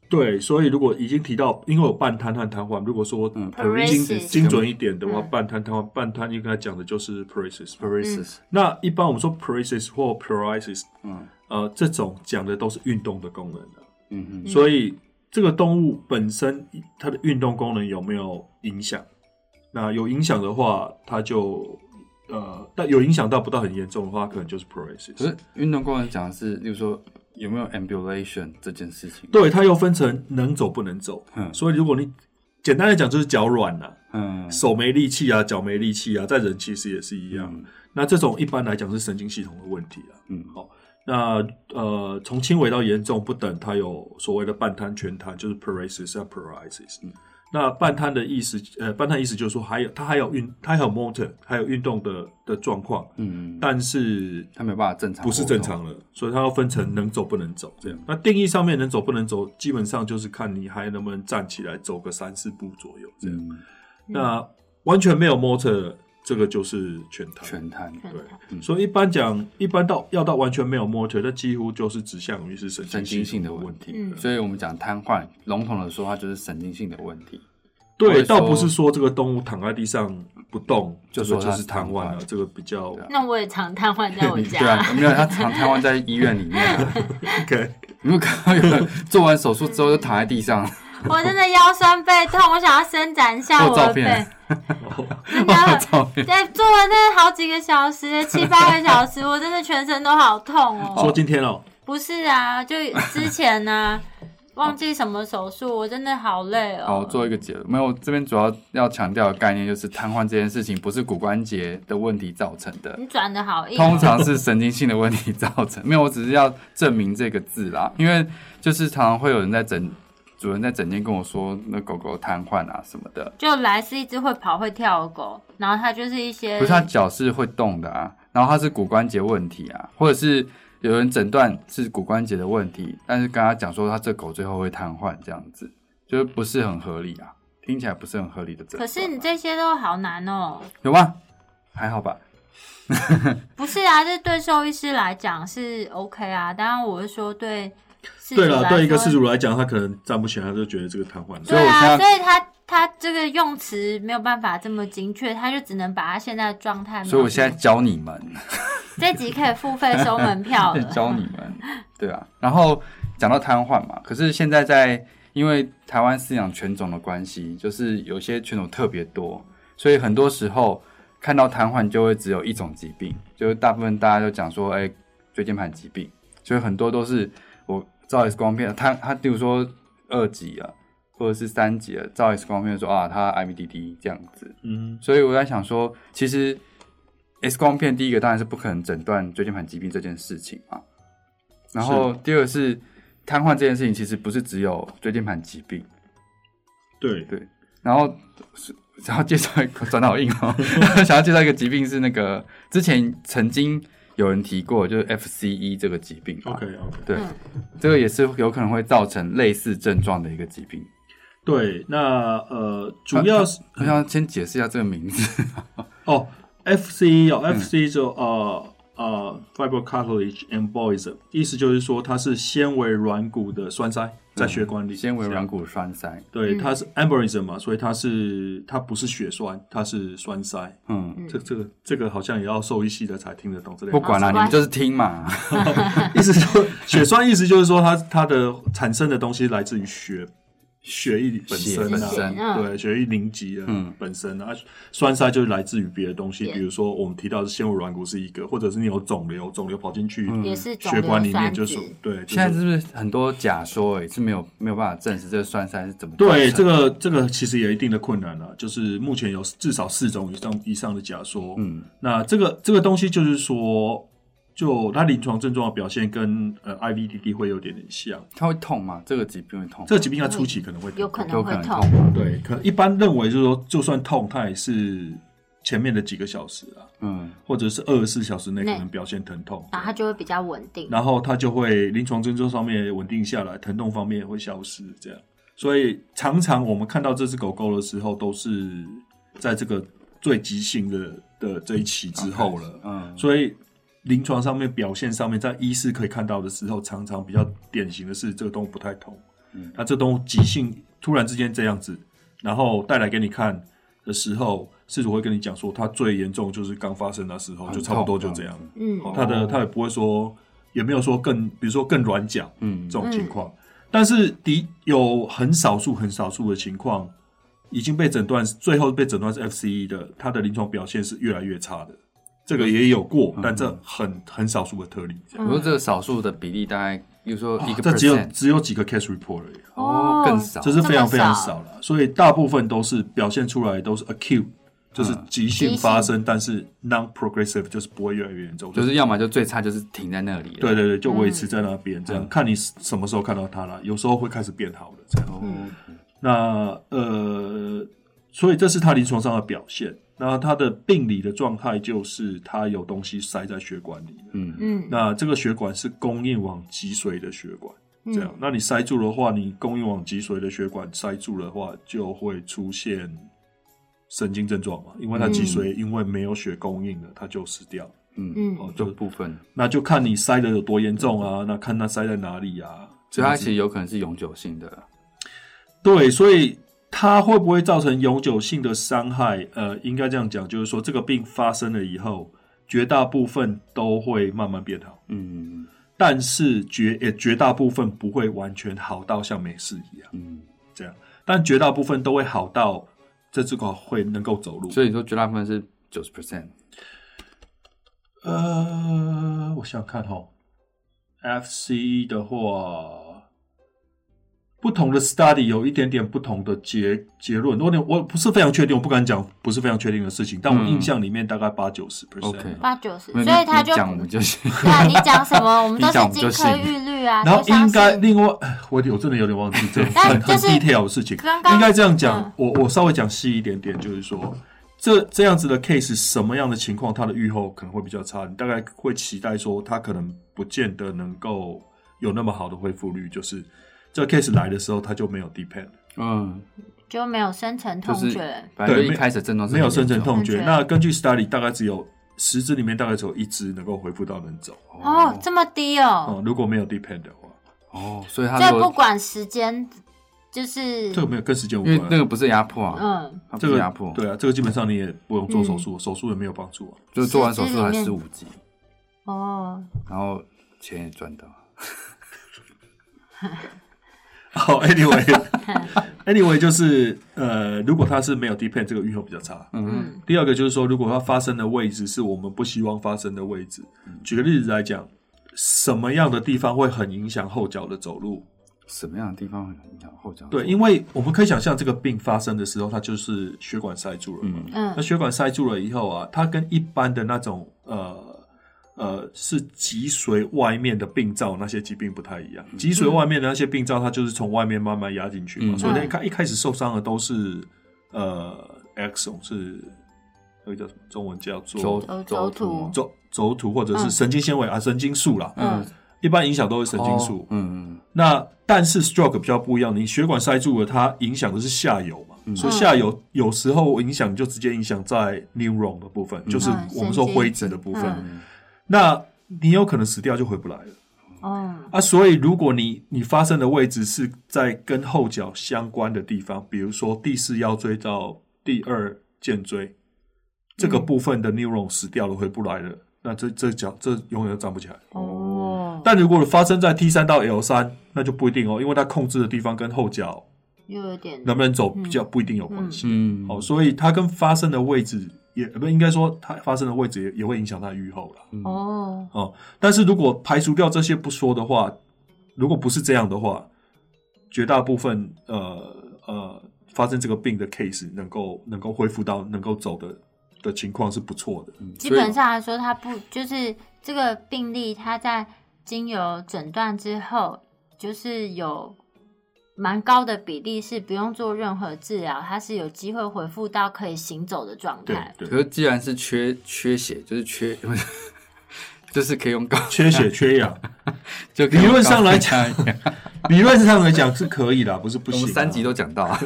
对。所以如果已经提到，因为有半瘫和瘫痪，如果说嗯精 Paresis 精准一点的话，嗯半瘫瘫痪，半瘫应该讲的就是 paresis。 paralysis，那一般我们说 paresis 或 paresis，嗯呃，这种讲的都是运动的功能的。嗯嗯所以这个动物本身它的运动功能有没有影响？那有影响的话，它就呃，但有影响到不到很严重的话，可能就是 paresis。可是运动功能讲的是，例如说有没有 ambulation 这件事情。对，它又分成能走不能走。嗯所以如果你简单来讲，就是脚软了、嗯手没力气啊，脚没力气啊，在人其实也是一样。嗯那这种一般来讲是神经系统的问题啊。嗯那呃，从轻微到严重不等，它有所谓的半瘫、全瘫，就是 paresis 和 paralysis。嗯那半瘫的意思，呃，半瘫意思就是说还有它还有运，它还有 motor，还有运动的的状况，嗯，但是他没有办法正常，不是正。常了，所以它要分嗯成能走不能走这样。那定义上面能走不能走，基本上就是看你还能不能站起来走个三四步左右这样。嗯，那完全没有 motor，这个就是全瘫。全瘫，对，嗯所以一般讲，一般到要到完全没有 motor，那几乎就是指向于是神神经性经性的的问问题题。嗯所以我们讲瘫痪，笼统的说，它就是神经性的问题。或者说对，倒不是说这个动物躺在地上不动，就这说个它就是瘫痪了瘫痪，这个比较啊那我也常瘫痪在我 对啊家，，没有他常瘫痪在医院里面、啊， OK。你有看到有人做完手术之后就躺在地上，我真的腰酸背痛，我想要伸展一下我有我照的背片， 真的我很操！对，做了那好几个小时，七八个小时，我真的全身都好痛 哦。说今天哦，不是啊，就之前呢、忘记什么手术，我真的好累哦。好，做一个结论。没有，这边主要要强调的概念就是瘫痪这件事情不是骨关节的问题造成的，你转的好硬哦、 通常是神经性的问题造成。没有，我只是要证明这个字啦，因为就是常常会有人在诊，主人在诊间跟我说，那狗狗瘫痪啊什么的，就来是一只会跑会跳的狗，然后它就是一些可是它脚是会动的啊，然后它是骨关节问题啊，或者是有人诊断是骨关节的问题，但是跟他讲说他这狗最后会瘫痪这样子，就是不是很合理啊，听起来不是很合理的诊断可啊。是你这些都好难哦、有吗？还好吧，不是啊，这对兽医师来讲是 OK 啊，当然我是说对饲主对来说。了，对一个事主来讲，他可能站不起来，他就觉得这个瘫痪了。所对以我现在啊，所以他他这个用词没有办法这么精确，他就只能把他现在的状态描述。所以我现在教你们，这集可以付费收门票了。 教你们，对啊。然后讲到瘫痪嘛，可是现在在因为台湾饲养犬种的关系，就是有些犬种特别多，所以很多时候看到瘫痪就会只有一种疾病，就是大部分大家就讲说，哎、椎间盘疾病，所以很多都是我照 X 光片，它它比如说二级啊，或者是三级了，照 X 光片说啊，它 IBDD 这样子，嗯，所以我在想说，其实 X 光片第一个当然是不可能诊断椎间盘疾病这件事情嘛，然后第二个是瘫痪这件事情，其实不是只有椎间盘疾病，对对然后 是想要介绍一个转脑硬哦， 想要介绍一个疾病是那个之前曾经有人提过，就是 FCE 这个疾病嘛，OK OK。对嗯，这个也是有可能会造成类似症状的一个疾病。对，那呃，主要是我想先解释一下这个名字，哦， FC 哦、FC 嗯就呃呃 fibrocartilage embolism，意思就是说它是纤维软骨的栓塞在血管里，嗯纤维这软样骨栓塞，对，嗯它是 embolism 嘛，所以它是它不是血栓，它是栓塞。嗯，这这个这个好像也要兽医系的才听得懂这两不个。管啦，好你们就是听嘛，意思说血栓，意思就是说它它的产生的东西来自于血血液本血身本啊，身嗯对，血液凝集的嗯本身啊，栓塞就是来自于别的东西，也比如说我们提到的纤维软骨是一个，或者是你有肿瘤，肿瘤跑进去也是肿血管瘤里酸面就子，属对，就嗯现在是是不是很多假说哎、是没有没有办法证实这个栓塞是怎么造成对的？这个这个其实也有一定的困难了、就是目前有至少四种以上以上的假说，嗯那这个这个东西就是说。就它临床症状的表现跟呃 IVDD 会有点点像，它会痛吗？这个疾病会痛吗？这个疾病在初期可能会有可能有会可能痛痛。对，可一般认为就是说，就算痛，它也是前面的几个小时啊，嗯或者是二十四小时内可内能表现疼痛，然后它就会比较稳定。然后它就会临床症状上面稳定下来，疼痛方面也会消失，这样。所以常常我们看到这只狗狗的时候，都是在这个最急性的的这一期之后了。嗯，所以临床上面表现上面，在医师可以看到的时候，常常比较典型的是这个动物不太痛，嗯那这动物急性突然之间这样子，然后带来给你看的时候，事主会跟你讲说，它最严重就是刚发生的时候，很就差不多就痛这样，嗯，哦它的它也不会说，也没有说更，比如说更软脚嗯这种情况，但是的有很少数很少数的情况。已经被诊断，最后被诊断是 FCE 的，它的临床表现是越来越差的。这个也有过，嗯但这很很少数的特例。这嗯样我说这个少数的比例大概，比如说哦一个哦这只有 percent 只有几个 case report 而已，啊哦哦，更少，这是非常这非么少常少了。所以大部分都是表现出来都是 acute，就是嗯急性发生，但是 non progressive 就是不会越来越严重，就是要么就最差就是停在那里了，对对对，就维持在那边嗯这样，看你什么时候看到它了，有时候会开始变好了这样。嗯那呃，所以这是他临床上的表现。那他的病理的状态就是他有东西塞在血管里，嗯嗯那这个血管是供应往脊髓的血管，嗯这样，那你塞住的话，你供应往脊髓的血管塞住的话，就会出现神经症状嘛，因为它脊髓因为没有血供应了，它就死掉了。嗯，嗯哦，这就部分，那就看你塞的有多严重啊，那看它塞在哪里啊。所以它其实有可能是永久性的，对，所以它会不会造成永久性的伤害？呃，应该这样讲，就是说这个病发生了以后，绝大部分都会慢慢变好。嗯但是绝也绝大部分不会完全好到像没事一样嗯，这样，但绝大部分都会好到这只狗会能够走路。所以你说绝大部分是九十 percent，呃，我想想看哈，FCE 的话，不同的 study 有一点点不同的结结论。我有点我不是非常确定，我不敢讲不是非常确定的事情，但我嗯印象里面大概八九十 percent OK。八九十，所以他就讲我们就是对啊，你讲什么，我们都 你讲是我们金就科信玉律啊，然后就相应该信另外，我我真的有点忘记 这但很很就是 detail 的事情。刚刚应该这样讲，嗯我我稍微讲细一点点，就是说这这样子的 case 什么样的情况，它的预后可能会比较差，你大概会期待说它可能不见得能够有那么好的恢复率，就是这 case 来的时候它就没有 depend，嗯，就没有深层就痛是觉，反正就对一开始症状是没有深很啊层严重痛深觉。层那根据 study 大概只有十只里面大概只有一只能够恢复到能走，哦，这么低哦，嗯，如果没有 depend 的话，哦，所以它这如不果管时间，就是这个没有跟时间无因为那关。啊个不是压迫啊，嗯，它不这是个压迫，嗯对啊，这个基本上你也不用做手术，手术也没有帮助啊。就是做完手是术这里还面十五级，哦，然后钱也赚到，好 a n y w a y a n y w a y 就是呃，如果它是没有 depend，这个预后比较差。嗯嗯第二个就是说，如果它发生的位置是我们不希望发生的位置，嗯举个例子来讲，什么样的地方会很影响后脚的走路？什么样的地方会影响后脚？对，因为我们可以想象这个病发生的时候，它就是血管塞住了嘛。嗯那嗯血管塞住了以后啊，它跟一般的那种呃呃是脊髓外面的病灶那些疾病不太一样。脊髓外面的那些病灶，它就是从外面慢慢压进去嘛，嗯所以它一开一开始受伤的都是呃 exon 是那个叫什么？中文叫做轴轴轴突突，轴轴突或者嗯是神经纤维啊，神经束啦。嗯一般影响都是神经束。哦嗯嗯那但是 stroke 比较不一样，你血管塞住了，它影响的是下游嘛。所以下游有时候影响就直接影响在 neuron 的部分，就是嗯我们说灰质的部嗯神经分。那你有可能死掉就回不来了哦，啊！所以如果你你发生的位置是在跟后脚相关的地方，比如说第四腰椎到第二剑椎这个部分的 neuron 死掉了回不来了，那这这脚这永远都站不起来。哦，但如果发生在 T 三到 L 三，那就不一定哦，因为它控制的地方跟后脚又有点能不能走比较不一定有关系。嗯，哦，所以它跟发生的位置也呃不应该说它发生的位置也也会影响它的预后啦。哦，哦，但是如果排除掉这些不说的话，如果不是这样的话，绝大部分呃呃发生这个病的 case 能够能够恢复到能够走的的情况是不错的。嗯基本上来说，它不就是这个病例，它在经由诊断之后，就是有蛮高的比例是不用做任何治疗，它是有机会恢复到可以行走的状对态。可对，是既然是缺缺血，就是缺， 就是可以用高，缺血 缺氧，就可以用理论上来高讲血压，理论上来讲是可以啦，不是不我行们啊。三集都讲到啊，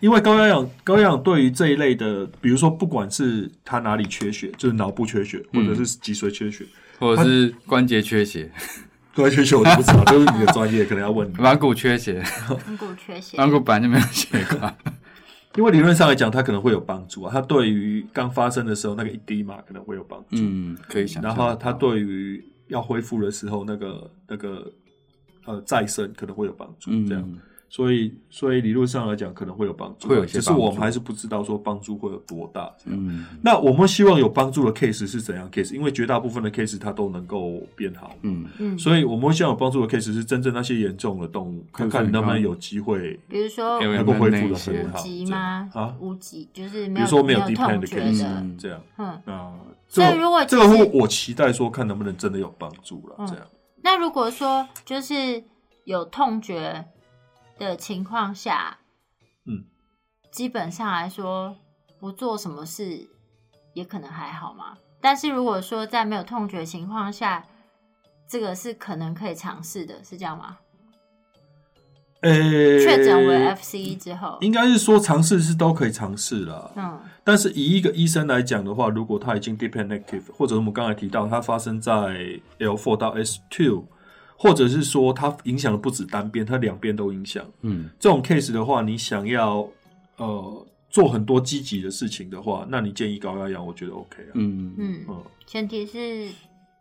因为高压氧高压氧对于这一类的，比如说不管是它哪里缺血，就是脑部缺血，或者嗯是脊髓缺血，或者是关节缺血、高压缺血我都不知道，这是你的专业，可能要问你。软骨缺血，筋骨缺血，软骨本来就没有血管，因为理论上来讲，它可能会有帮助啊，它对于刚发生的时候那个一滴嘛，可能会有帮助。嗯，可以想象。然后它对于要恢复的时候，那个那个呃再生可能会有帮助，嗯这样。所以所以理论上来讲，可能会有帮助，啊会有一些只是我帮们助还是不知道说帮助会有多大。这样。嗯那我们希望有帮助的 case 是怎样 case？因为绝大部分的 case 它都能够变好，嗯，嗯，所以我们会希望有帮助的 case 是真正那些严重的动物，看看你能不能有机会，比如说给我能够恢复那的些很无好。极吗这样啊？无极就是没有比如说没有有 depend 痛的觉 case，的，嗯这样。嗯。那所以这个如果这个其实我我期待说看能不能真的有帮助了，嗯这样。那如果说就是有痛觉的情况下，嗯，基本上来说不做什么事也可能还好嘛。但是如果说在没有痛觉的情况下，这个是可能可以尝试的，是这样吗？呃，确诊为 FCE 之后，应该是说尝试是都可以尝试啦。嗯但是以一个医生来讲的话，如果他已经 depend active，或者我们刚才提到它发生在 L four 到 S two，或者是说它影响的不止单边，它两边都影响。嗯这种 case 的话，你想要呃做很多积极的事情的话，那你建议高压氧，我觉得 OK 啊。嗯嗯，嗯，嗯前提是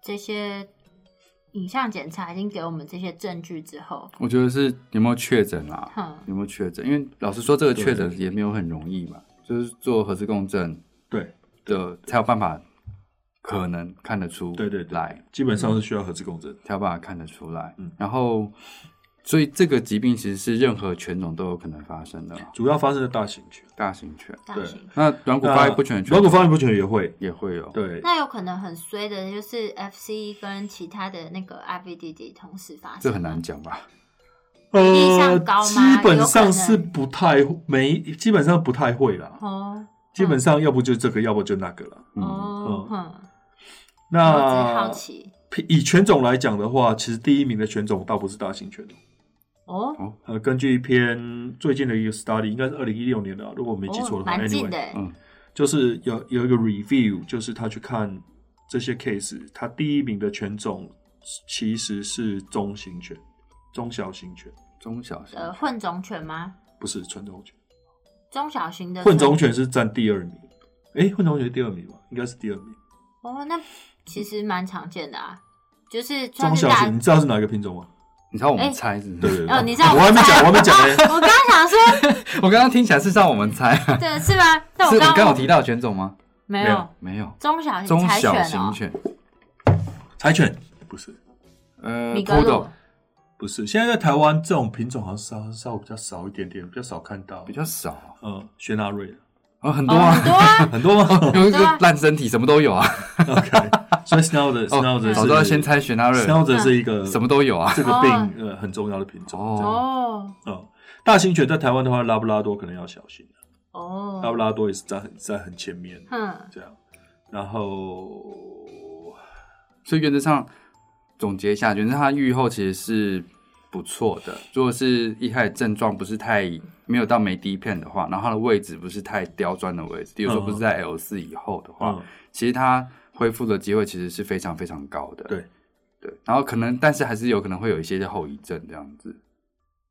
这些影像检查已经给我们这些证据之后，我觉得是有没有确诊啦、哼，有没有确诊？因为老实说，这个确诊也没有很容易嘛，就是做核磁共振对，的才有办法，可能看得出对对对来，基本上是需要核磁共振。才有办法看得出来。嗯然后，所以这个疾病其实是任何犬种都有可能发生的啦，主要发生在大型犬，大型犬。大对型那软骨发育不全的犬呃软骨发育不全也会。也会有，对，那有可能很衰的，就是 FC 跟其他的那个 IVDD 同时发生，这很难。讲吧？例呃上高，吗基本上是不太没，基本上不太会啦。哦基本上要不就这个，要不就那个了。嗯，哦，哼，我只是那好奇以犬种来讲的话，其实第一名的犬种倒不是大型犬。哦，呃，根据一篇最近的一个 study，应该是二零一六年的啊，如果我没记错哦的话、蛮 a n y 近 w a 的 y 欸，嗯就是有有一个 review，就是他去看这些 case，他第一名的犬种其实是中型犬、中小型犬，中小型呃，混种犬吗？不是纯种犬。中小型的混种犬是占第二名，诶，混种犬是第二名吧？应该是第二名。哦，那其实蛮常见的啊，就是算中是小大型，你知道是哪一个品种吗？你知道我哎们猜是不对是？ 对对。哦，你知道哦我还没讲，我还没讲呢。我刚想说，我刚刚听起来是让我们猜啊，对，是吗？但是我你刚刚有刚提到犬种吗？没没有有没有，中小型中柴小犬型哦，犬，柴犬不是，呃米格鲁，poodle 不是。现在在台湾这种品种好像稍稍微比较少一点点，比较少看到。比较少嗯，雪纳瑞啊，很多哦，很啊，多啊，很多 吗有一对啊个烂身体，什么都有啊。 ？OK，所以 Snouter 哦 Snouter 是早知道先猜雪纳瑞， Snouter 是一个什么都有啊。这个哦病呃很重要的品种。 哦，哦嗯，大型犬在台湾的话，拉布拉多可能要小心，啊嗯拉布哦，拉多也是在很在很前面哼，这样。然后所以原则上总结一下，原则上它愈后其实是不错的。如果是一开始症状不是太没有到没低片的话，然后它的位置不是太刁钻的位置，比如说嗯不是在 L 四以后的话，嗯其实它恢复的机会其实是非常非常高的。对对，然后可能但是还是有可能会有一些后遗症这样子。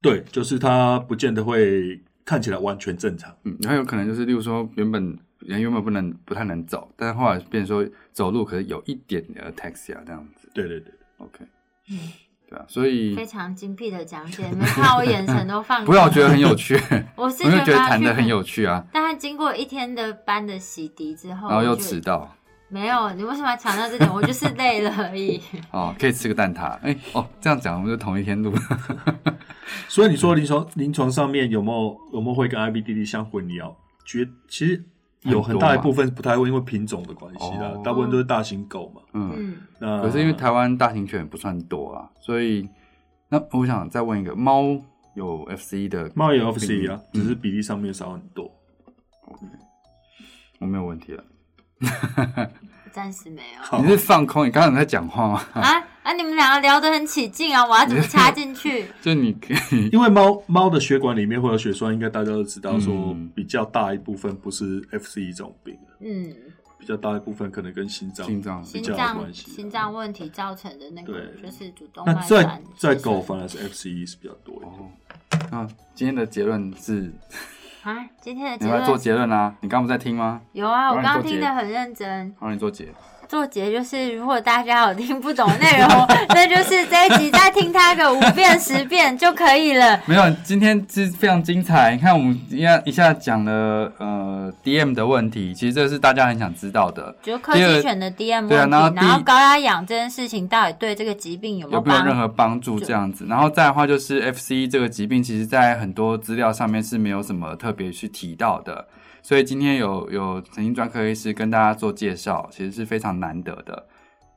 对，就是它不见得会看起来完全正常。嗯，然后有可能就是，例如说原本人原本不能不太能走，但是后来变成说走路可是有一点点的 taxi 啊这样子。对对对， OK，嗯对啊，所以非常精辟的讲 解，你们看我眼神都放不要觉得很有趣，我是我就觉得它谈的去很有趣啊，但他经过一天的班的洗涤之后，然后又我就迟到没有，你为什么要强调这点？我就是累了而已。哦，可以吃个蛋挞。哎、哦，这样讲我们就同一天录。所以你说临床临床上面有没有有没有会跟 IBDD 相混淆？觉其实有很大很多一嘛部分不太会，因为品种的关系啦哦，大部分都是大型狗嘛。 嗯，嗯，那可是因为台湾大型犬也不算多啊，所以那我想再问一个，猫有 FC 的，猫也有 FC 啊，嗯只是比例上面少很多。我没有问题了。暂时没有。好你，是放空？你刚刚有在讲话吗？ 啊啊！你们两个聊得很起劲啊，我要怎么插进 去？就你可以因为猫猫的血管里面会有血栓，应该大家都知道，说嗯比较大一部分不是 FC 这种病，嗯，比较大一部分可能跟心脏。心脏心较有脏关系啊心脏问题造成的那个对就是主动那脉在转，在狗反而是 FC 是比较多一点。哦，那今天的结论是，啊，今天的你结要做论结论啊？你刚刚不在听吗？有啊，我我让你刚刚做听结得很认真。我让你做结。做结就是，如果大家有听不懂的内容，那就是这一集再听它个五遍十遍就可以了。 没有，今天是非常精彩。你看，我们一下一下讲了呃 DM 的问题，其实这是大家很想知道的，就科技犬的 DM 问题，对啊然后第一然后高压氧这件事情到底对这个疾病有没有有没有帮任何帮助这样子？然后再的话就是 FC 这个疾病，其实在很多资料上面是没有什么特别去提到的，所以今天有有神经专科医师跟大家做介绍，其实是非常难得的，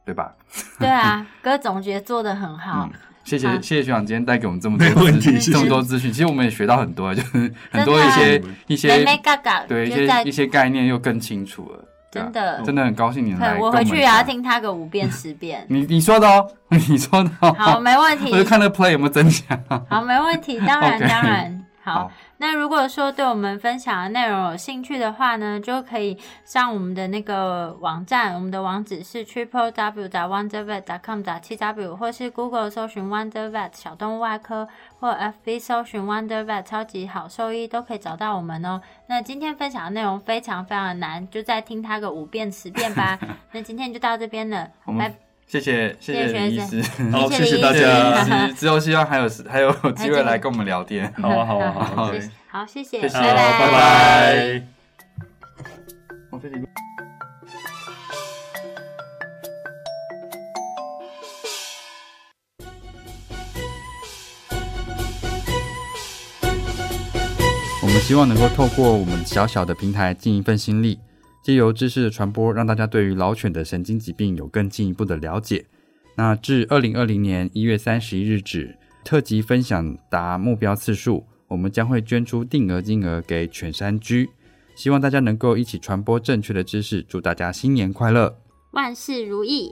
对吧？对啊，哥总结做的很好，谢谢、好谢谢学长今天带给我们这么多没问题资谢谢这么多资讯，其实我们也学到很多，就是嗯很多真一的啊些一美美些嘎嘎，对一就在些一些概念又更清楚了。对啊真的真的很高兴你能来对跟我我们回讲。去也要听他个五遍十 遍。你你说的哦，你说的哦。好，没问题 我，就看那 play 有没有增强。好，没问题，当然 OK 当然。好好，那如果说对我们分享的内容有兴趣的话呢，就可以上我们的那个网站，我们的网址是 triple w wondervet com t w，或是 Google 搜寻 wondervet 小动物外科，或 FB 搜寻 wondervet 超级好兽医，都可以找到我们哦。那今天分享的内容非常非常的难，就再听它个五遍十遍 吧。那今天就到这边了，我拜们谢谢谢谢谢李医学师， 好，谢谢谢李谢医大师谢家。谢医师。之后希望还有还有机会来跟我们聊天。 好啊，好啊，好啊，好谢谢好，谢谢，谢谢好，拜拜，拜拜。我这里我们希望能够透过我们小小的平台尽一份心力，借由知识的传播，让大家对于老犬的神经疾病有更进一步的了解。那至二零二零年一月三十一日止，特级分享达目标次数，我们将会捐出定额金额给犬山居。希望大家能够一起传播正确的知识，祝大家新年快乐！万事如意。